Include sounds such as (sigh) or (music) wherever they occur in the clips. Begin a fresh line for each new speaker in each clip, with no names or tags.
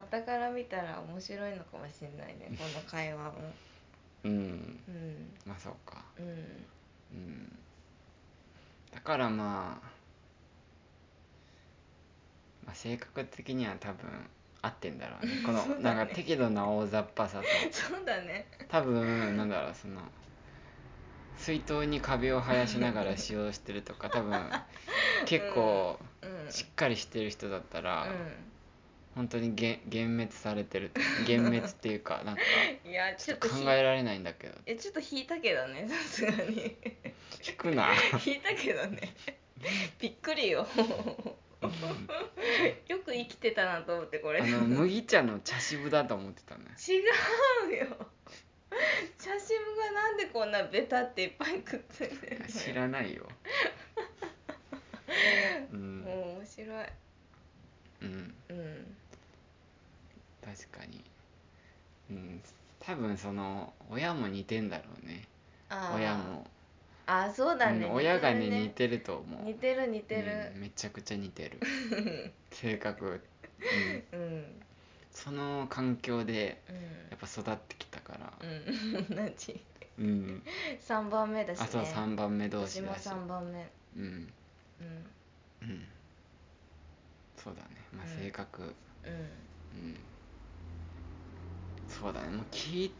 旗から見たら面白いのかもしれないねこの会話も
うん
うん
まあそうか
うん
うんだからまあまあ性格的には多分合ってんだ (laughs) ろうねこのなんか適度な大雑把さと
そうだね
多分なんだろうその水筒にカビを生やしながら使用してるとか多 (laughs) 分結構
うんうん
しっかりしてる人だったら、本当にげ幻滅されてる幻滅っていうかなんか
いや
ち
ち
ょ
ょ
っ
っ
と
と
考
ひ
えられないんだけど
いやちょっと引いたけどねさすが (laughs) に
引く (laughs) な
引いたけどねびっくりよ (laughs) よく生きてたなと思ってこれ
あの麦茶の茶渋だと思ってたね
違うよ茶渋がなんでこんなベタっていっぱいくっついてる
知らな
(laughs)
いようん
の、もう面白い
うん
うん
確かにうん多分その親も似てんだろうね
あー
親も、
あそうだね、
うん親がね
似てる
似てると思う
似てる似て
う
る
ん、めちゃくちゃ
(laughs)
似てる性格、うん、
うん
その環境で
うん
やっぱ育ってきたから
うん (laughs) 同じ
うん
3番目だしね
あそう3番目同
私
士
も
だし
3番目
うん
うん
うんそうだねまあ
うん
性格うん、
うん
そうだねもうき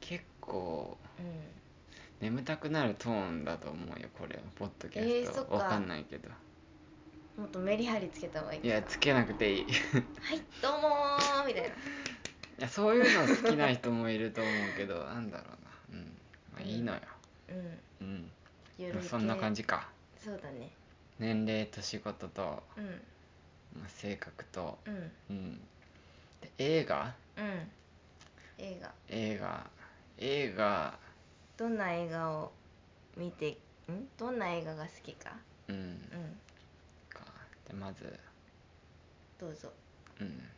結構
うん
眠たくなるトーンだと思うよこれはポッドキ
え
ャ
ー
ス
そっ
ト
か
わ、かんないけど
もっとメリハリつけた方がいい
い
です
や
か
つけなくていいい
はいどうもーみたいな
やそういうの好きな人もいると思うけど (laughs) なんだろうなうんまあいいのよ
うん
うん、
ゆ
ま
る
あ
い
そんな感
じ
じか
そうだね
年齢と仕事と、
うん
まあ、性格と
うん
うんで映画
うん映画
映画映画
どんな映画を見てんどんな映画が好きか
うん
うん
かでまず
どうぞ
うん、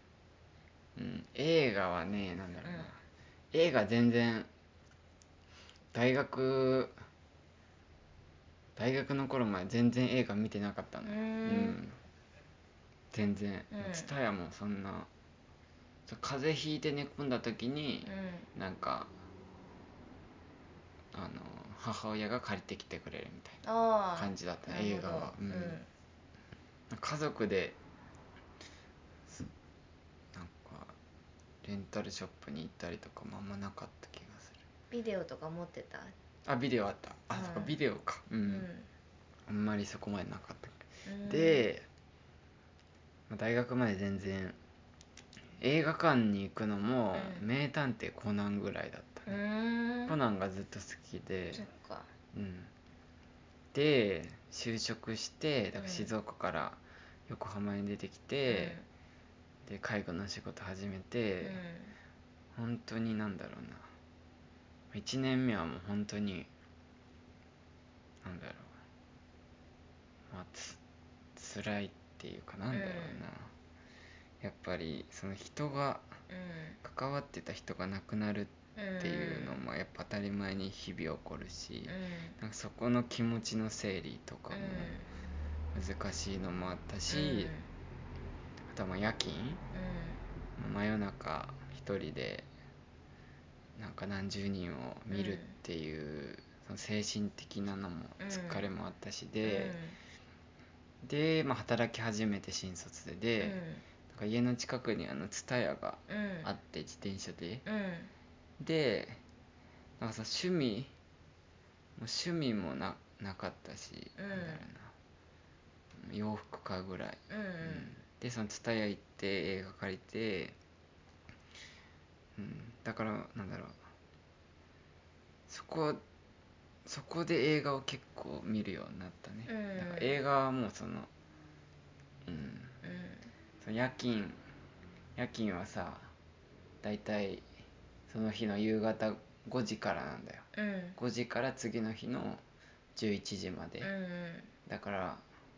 うん、映画はねなんだろうな、
うん
映画全然大学大学の頃まで全然映画見てなかったのよ
うーん
全然
うん
蔦屋、もそんなそう風邪ひいて寝込んだ時に
う、ん
なんかあの母親が借りてきてくれるみたい
あ
な
あ
感じだった
なるほど
映画は、
うん
家族ですなんかレンタルショップに行ったりとかもあんまなかった気がする
ビデオとか持ってた
あビデオあったあ、そっか
うん
ビデオかうん、
うん
あんまりそこまでなかった、
うん
でまあ大学まで全然映画館に行くのも「
うん
名探偵コナン」ぐらいだった
う
ね、
ーん
コナンがずっと好きで
そっか
うん、で就職してだか
うん
ら静岡から横浜に出てきて、で介護の仕事始め
うん
て、本当になんだろうな1年目はもう本当になんだろうまあつ辛いっていうかなんだろうな、やっぱりその人が
うん
関わってた人が亡くなる
うん
っていうのもやっぱ当たり前に日々起こるし、
うん
なんかそこの気持ちの整理とかも
う
難しいのもあったし、
ん
あとはまあ夜勤
う
真夜中一人でなんか何十人を見るっていう、その精神的なのも
うん
疲れもあったし
ん
で、で、まあ、働き始めて新卒でで、なんか家の近くにあの蔦屋が
うんうん
あって自転車で
うん
でなんかさ趣味もう趣味もななかったし、
うん
なんだろうな洋服買うぐらい、
うん
でその蔦屋行って映画借りて、うん、だからなんだろうそこそこで映画を結構見るようになったね、
うん
だから映画はもうその,、うん、
う
その夜勤夜勤はさ大体その日の夕方5時からなんだよ
んうん
5時から次の日の11時まで、
うん
だから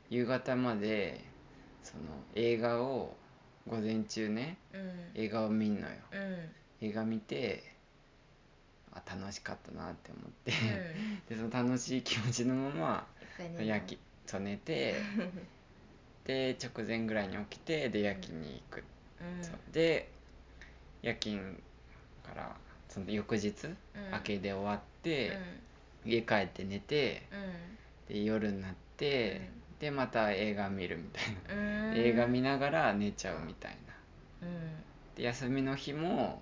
夕方までその映画を午前中ね
うん
映画を見んのよ
うん
映画見てあ楽しかったなって思って、
うん
(laughs) でその楽しい気持ちのまま夜勤
(laughs)
と寝てで直前ぐらいに起きてで夜勤に行く、
うん
そで夜勤からその翌日
うん
明けで終わっ
うん
て、家帰って寝てで夜になって、でまた映画見るみたい
うんうん
な、映画見ながら寝ちゃうみたいな
うん
で休みの日も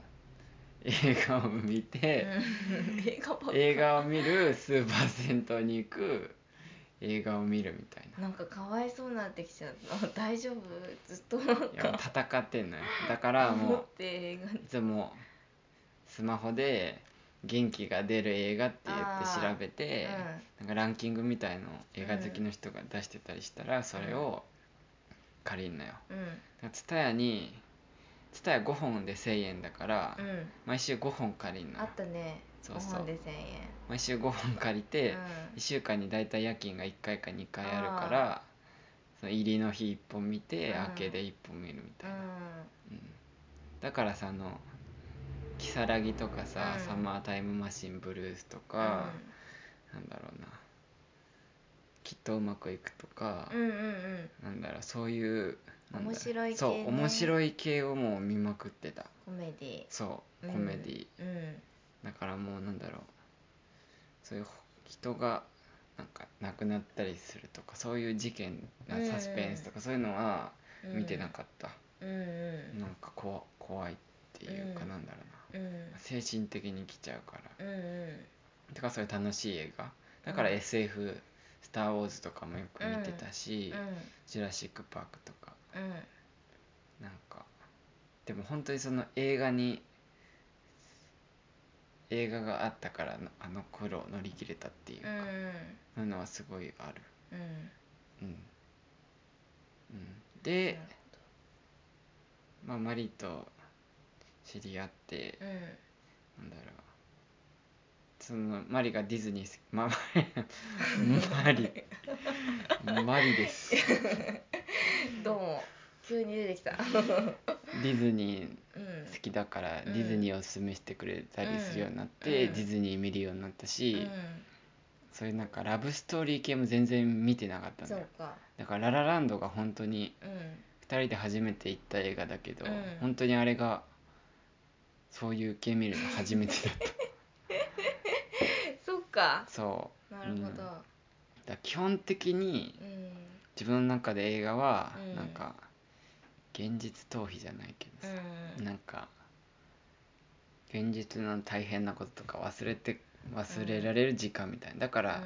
映画を見て、
うん映画ばっか
映画を見るスーパー銭湯に行く映画を見るみたいな
なんかかわいそうになってきちゃった大丈夫ずっと
いやもう戦ってんのよだからも
思
う
って映画
いつもスマホで元気が出る映画って言って調べて、なんかランキングみたいの映画好きの人が出してたりしたら、それを借りんのよ
うん
蔦屋に蔦屋5本で1,000円だから、
うん、うん、
毎週5本借りんの
あ
よ
ったね
そうそ
5
う
本で1000円
毎週5本借りて、1週間にだいたい夜勤が1回か2回あるからその入りの日1本見て、
うん
明けで1本見るみたいな、
う
うんだからさあの「如月とかさ、
うん
サマータイムマシンブルース」と
ん
か、なんだろうな「きっとうまくいく」とか
う、んうんうん
なんだろうそういうなんだろう
面白い系ね
そう面白い系をもう見まくってた
コメディ
そう
うん
コメディ、
うん
だからもうなんだろうそういう人がなんか亡くなったりするとかそういう事件な
うん
サスペンスとかそういうのは
うん
見てなかった、
うんうん
なんか怖怖いっていうか
うん
なんだろ
うんうん
うな精神的に来ちゃうから
うん
てかそういう楽しい映画だから
うん
SF「スター・ウォーズ」とかもよく見てたし「
うん
ジュラシック・パーク」とか
うん
なんかでも本当にその映画に映画があったからのあの頃を乗り切れたっていう
う
か、
ん
そういうのはすごいある
うん
うん、うん、で、まあ、マリと知り合って
う、ん
なんだろうそのマリがディズニー好きまあマリマリです
どうも急に出てきた
ディズニー
うん
好きだからデ
うん
ィズニーをおすすめしてくれたりするようになって、
うん
ディズニー見るようになったし、
うん
そういうなんかラブストーリー系も全然見てなかったん
そう
だよ
か
だから「ララランド」が本当に
うん
2人で初めて行った映画だけど、
うん
本当にあれがそういう系見るの初めてだっ
そっか (laughs)
たそ
なるほ
うん
ど
うだから基本的に
うん
自分の中で映画は
うん
なんか現実逃避じゃないけどさ、
うん
なんか現実の大変なこととか忘れて忘れられる時間みたいなだから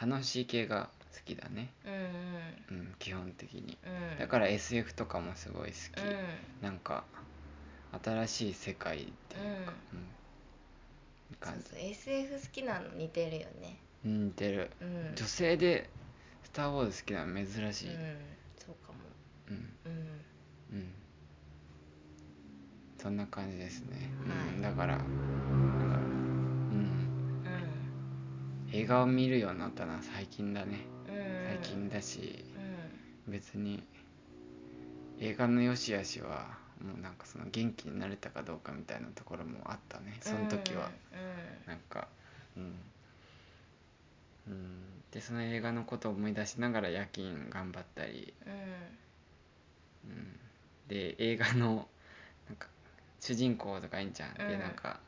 楽しい系が好きだね、
うんうん
うん、基本的に
うんうん
だから SF とかもすごい好き、
うん
なんか新しい世界っていうか、う
そ
ん
う
感じ
そう SF 好きなの似てるよね
うん似てる、
うん
女性で「スター・ウォーズ」好きなの珍し
う
い、うん
んそうかも
うん
うん
そんな感じですね、
はい
うん、だからなんだろううん
うん
映画を見るようになったのは最近だね
うん
最近だし
うん
別に映画の良し悪しはもうなんかその元気になれたかどうかみたいなところもあったねその時は、
うん
なんかうん、うん、でその映画のことを思い出しながら夜勤頑張ったり、
うん
うん、で映画のなんか主人公とかいいんじゃん、
う
で
ん
なんか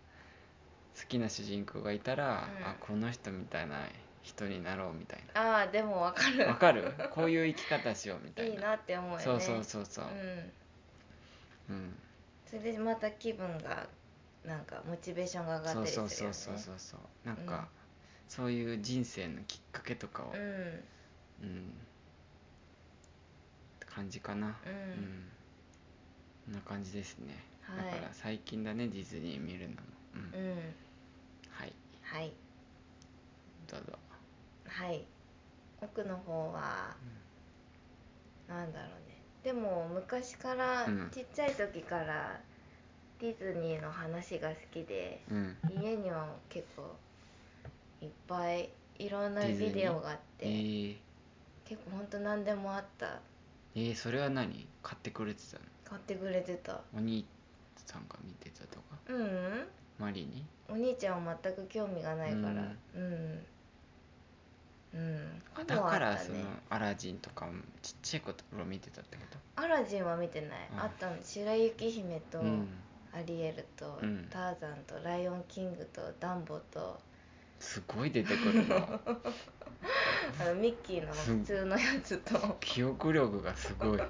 好きな主人公がいたら、
うん
あこの人みたいな人になろうみたい
(laughs) ああでもわか
な
る
わかるこういう生き方しようみたい
い
ない
なって思うよね
そうそうそうそう、
ん
うん
それでまた気分がなんかモチベーションが上が
そ
っ
う
たりする
そ
よね
うそうそうそうそうなんか、
うん
そういう人生のきっかけとかを、
うん
うんって感じかな
うん
うんこんな感じですね、
はい
だから最近だねディズニー見るのも、うん
うん
はい
はい
どうぞ
はい奥の方は、なんだろうねでも昔から、
うん
ちっちゃい時からディズニーの話が好きで
うん
家には結構いっぱいいろんなビデオがあっ
え
て、
ー、
結構ほんと何でもあった
えー、それは何買ってくれてたの
買ってくれてた
お兄さんが見てたとか
ううん
マリに
お兄ちゃんは全く興味がないからうん、うん
あ
今
だ
度はあ
か
った
らその
ね
アラジンとかもちっちゃい頃見てたってこと
アラジンは見てない、
うん
あったの白雪姫と
うん
アリエルと、
うん
ターザンとライオンキングとダンボ
(laughs)
と
すごい出てくるな
あのミッキーの普通のやつと、 (laughs) うん、
記憶力がすごい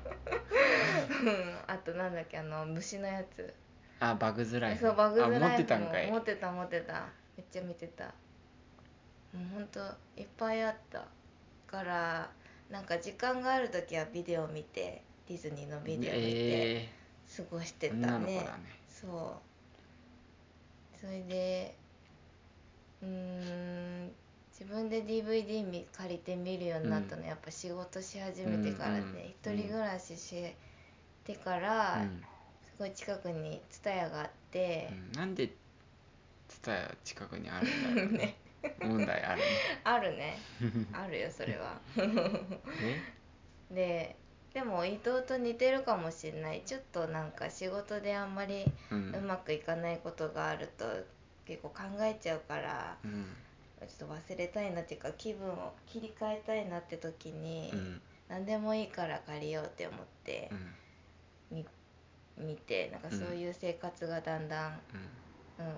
あとなんだっけあの虫のやつ
あバグズライフ
そうバグズ
あ
ラ
持っ
イ
て
フ
た
も
んかい
持ってた持ってためっちゃ見てたもうほんといっぱいあったからなんか時間がある時はビデオ見てディズニーのビデオ見て
え
過ごして
え
たね、
女の子だね
そうそれでうーん自分で DVD み借りて見るようになったの、
う
やっぱ仕事し始めてからで、
うんうんうん
一人暮らししてから、
うん
すごい近くに蔦屋があって
う、んなんで蔦屋近くにあるんだろ
(laughs)
うね問題あるね
あるね
(laughs)
あるよそれは
え
ででも伊藤と似てるかもしれないちょっとなんか仕事であんまり
う
うんまくいかないことがあると結構考えちゃうから、
うん
ちょっと忘れたいなっていうか気分を切り替えたいなって時に、
うん
何でもいいから借りようって思って
う、ん
み見てなんかそういう生活がだんだん、うん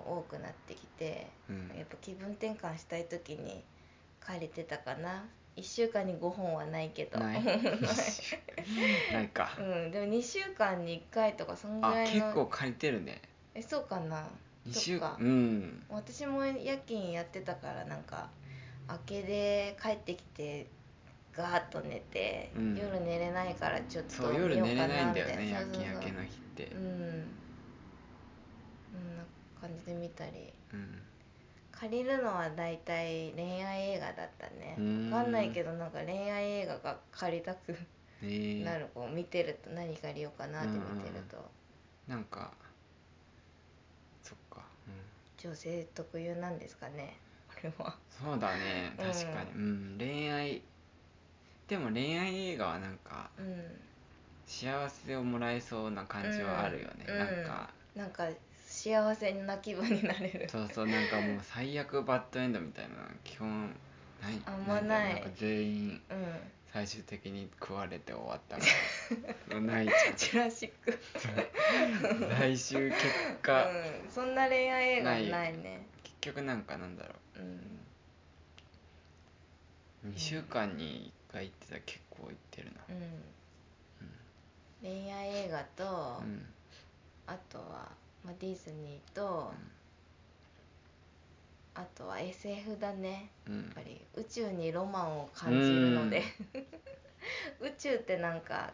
多くなってきて、
うん
やっぱ気分転換したい時に借りてたかな1週間に5本は (laughs) ないけ
う
ど
んない (laughs) ないか
うん、でも2週間に1回とかそんぐ
あ
らい
結
の
構借りてるね
えそうかな
2
そっ
週
か
間うん
私も夜勤やってたからなんか明けで帰ってきてガーッと寝て、
うん
夜寝れないからちょっと
そう夜寝れないんだよ
見
ね
ようか
夜
なみ
勤
たい
明
な
けの日って
そうそうそううんこんな感じで見たり
うん
借りるのは大体恋愛映画だったね
うん
わかんないけどなんか恋愛映画が借りたく
えー
なるこう見てると何借りようかなって見てると
なんかそっかうん
女性特有なんですかねこれは
そうだね
うん
確かに、うん恋愛でも恋愛映画はなんか
うん
幸せをもらえそうな感じはあるよね、
うん
なんか、
なんか幸せな気分になれる
そうそうなんかもう最悪バッドエンドみたいなの基本ない
あんまない
んだよんか全員
うん
最終的に食われて終わったか
(laughs)
らないじ
ジュラシック
ゃん来週結
う
果、
んそんな恋愛映画
ない
ないね
結局なんかなんだろ
うん
う2週間に1回行ってたら結構行ってる
う
な、
ん恋愛映画と、
うん
あとは、まあ、ディズニーと、あとは SF だね
うん
やっぱり宇宙にロマンを感じるので (laughs) 宇宙ってなんか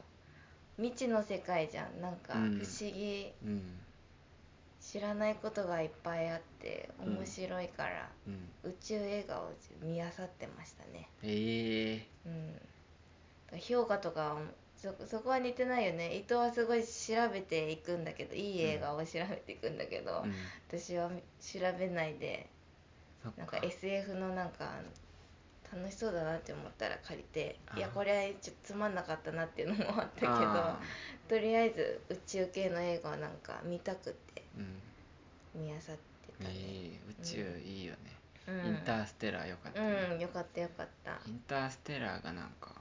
未知の世界じゃんなんか不
うん
思議、
うん
知らないことがいっぱいあって
うん
面白いから、
うん
宇宙映画を見漁ってましたね
ええ
うん、評価とかそそこは似てないよね伊藤はすごい調べていくんだけどいい映画を調べていくんだけど、
うん、
私は調べないで
そっか
なんか SF のなんか楽しそうだなって思ったら借りて
あー
いやこれはちょっとつまんなかったなっていうのもあったけ
あ
どとりあえず宇宙系の映画をなんか見たくて
ーうん
見漁ってたね、
いい宇宙いいよね、
うん、
インターステラーよかった、
う
ね
んよかったよかった
インターステラーがなんか宇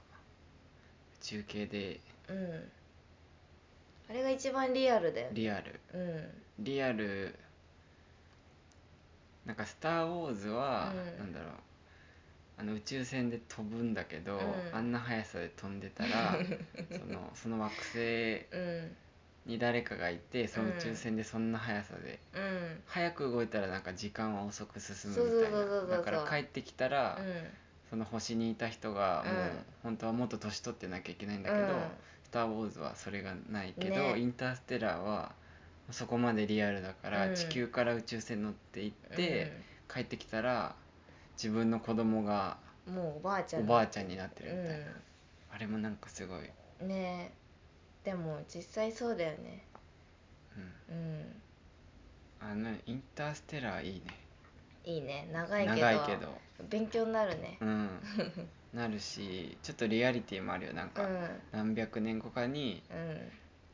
宙系で
うんあれが一番リアルだよね
リアル
うん
リアルなんか「スター・ウォーズは」
うん
なんだろうあの宇宙船で飛ぶんだけど、
うん
あんな速さで飛んでたら
(laughs)
そのその惑星
うん
に誰かがいてその宇
うん
宙船でそんな速さで、
うん
早く動いたらなんか時間は遅く進
そう
む
そう
みたい
そうそうそう
なだから帰ってきたら、その星にいた人がもう、
うん
本当はもっと年取ってなきゃいけないんだ
う
け
ん
ど「スター・ウォーズ」はそれがないけど、
ね
インターステラーはそこまでリアルだから、
うん
地球から宇宙船乗って行っ
うん
て、帰ってきたら自分の子供が
うんもうおばあちゃん
おばあちゃんになってるみたいな、
う
あれもなんかすごい、うん、
んねえでも実際そうだよねうん
あのインターステラーいいね
いいね長いけど
長いけど
勉強になるね
うん
(laughs)
なるしちょっとリアリティもあるよなん
うん
か、何百年後かに
うん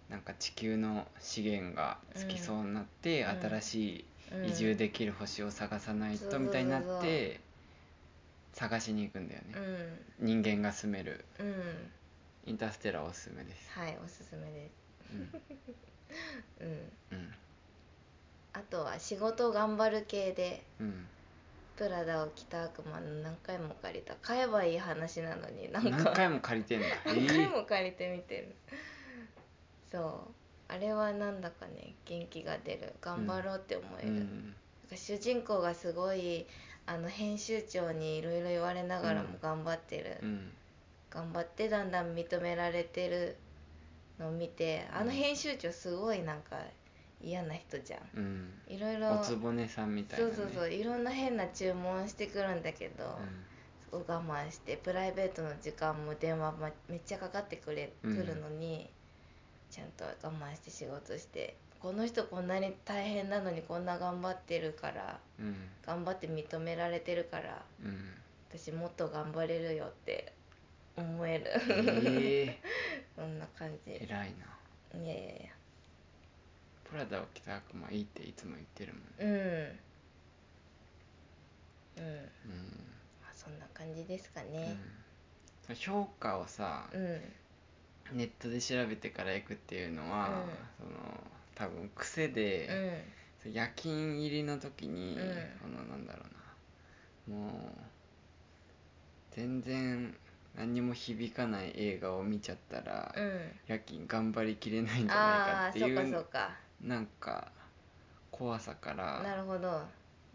なんか地球の資源が尽きそうになって、
うん
新しい
うん
移住できる星を探さない
そ
と
うそうそうそう
みたいになって、探しに行くんだよ
う
ね、
ん
人間が住める
うん
インターステラーおすすめです
はいおすすめです
うん
うん
うん
あとは仕事頑張る系で
うん
プラダを着た悪魔の何回も借りた買えばいい話なのになんか
何回も借りてんだえ
(laughs) 何回
ー
も借りてみてる、そうあれはなんだかね元気が出る頑張ろうって思え
う
る、なん
ん
か主人公がすごいあの編集長にいろいろ言われながらも
うん
頑張ってる、
うん
頑張ってだんだん認められてるのを見てあの編集長すごいなんか嫌な人じゃん
うん
いろいろ
おつぼねさんみたい
そ
な、
う
ね、
そうそういろんな変な注文してくるんだけど、
うん
を我慢してプライベートの時間も電話もめっちゃかかってくれ、
うん
くるのにちゃんと我慢して仕事してこの人こんなに大変なのにこんな頑張ってるから
うん
頑張って認められてるから
うん
私もっと頑張れるよって思え
え
る
ー、
(laughs)
(laughs)
そんな感じいやい
偉いな
やい
プラダを着た悪魔いいっていつも言ってるもんね
やうんうん
うん
まあそんな感じですか
うん
ね
その評価をさ、
うん
ネットで調べてから行くっていうのは、その多分癖
う
で、
ん
その夜勤入りの時
う
に、
ん
このなんだろうなもう全然何にも響かない映画を見ちゃったら、
う
夜勤頑張りきれないん
ん
じゃないか
ああ
って
ーそう
い
かそううか
なんか怖さから
なるほど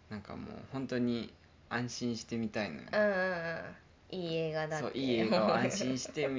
なんかもう本当に安心してみたいのよ、
うんうんうんいい映画だって
そういい映画を安心して見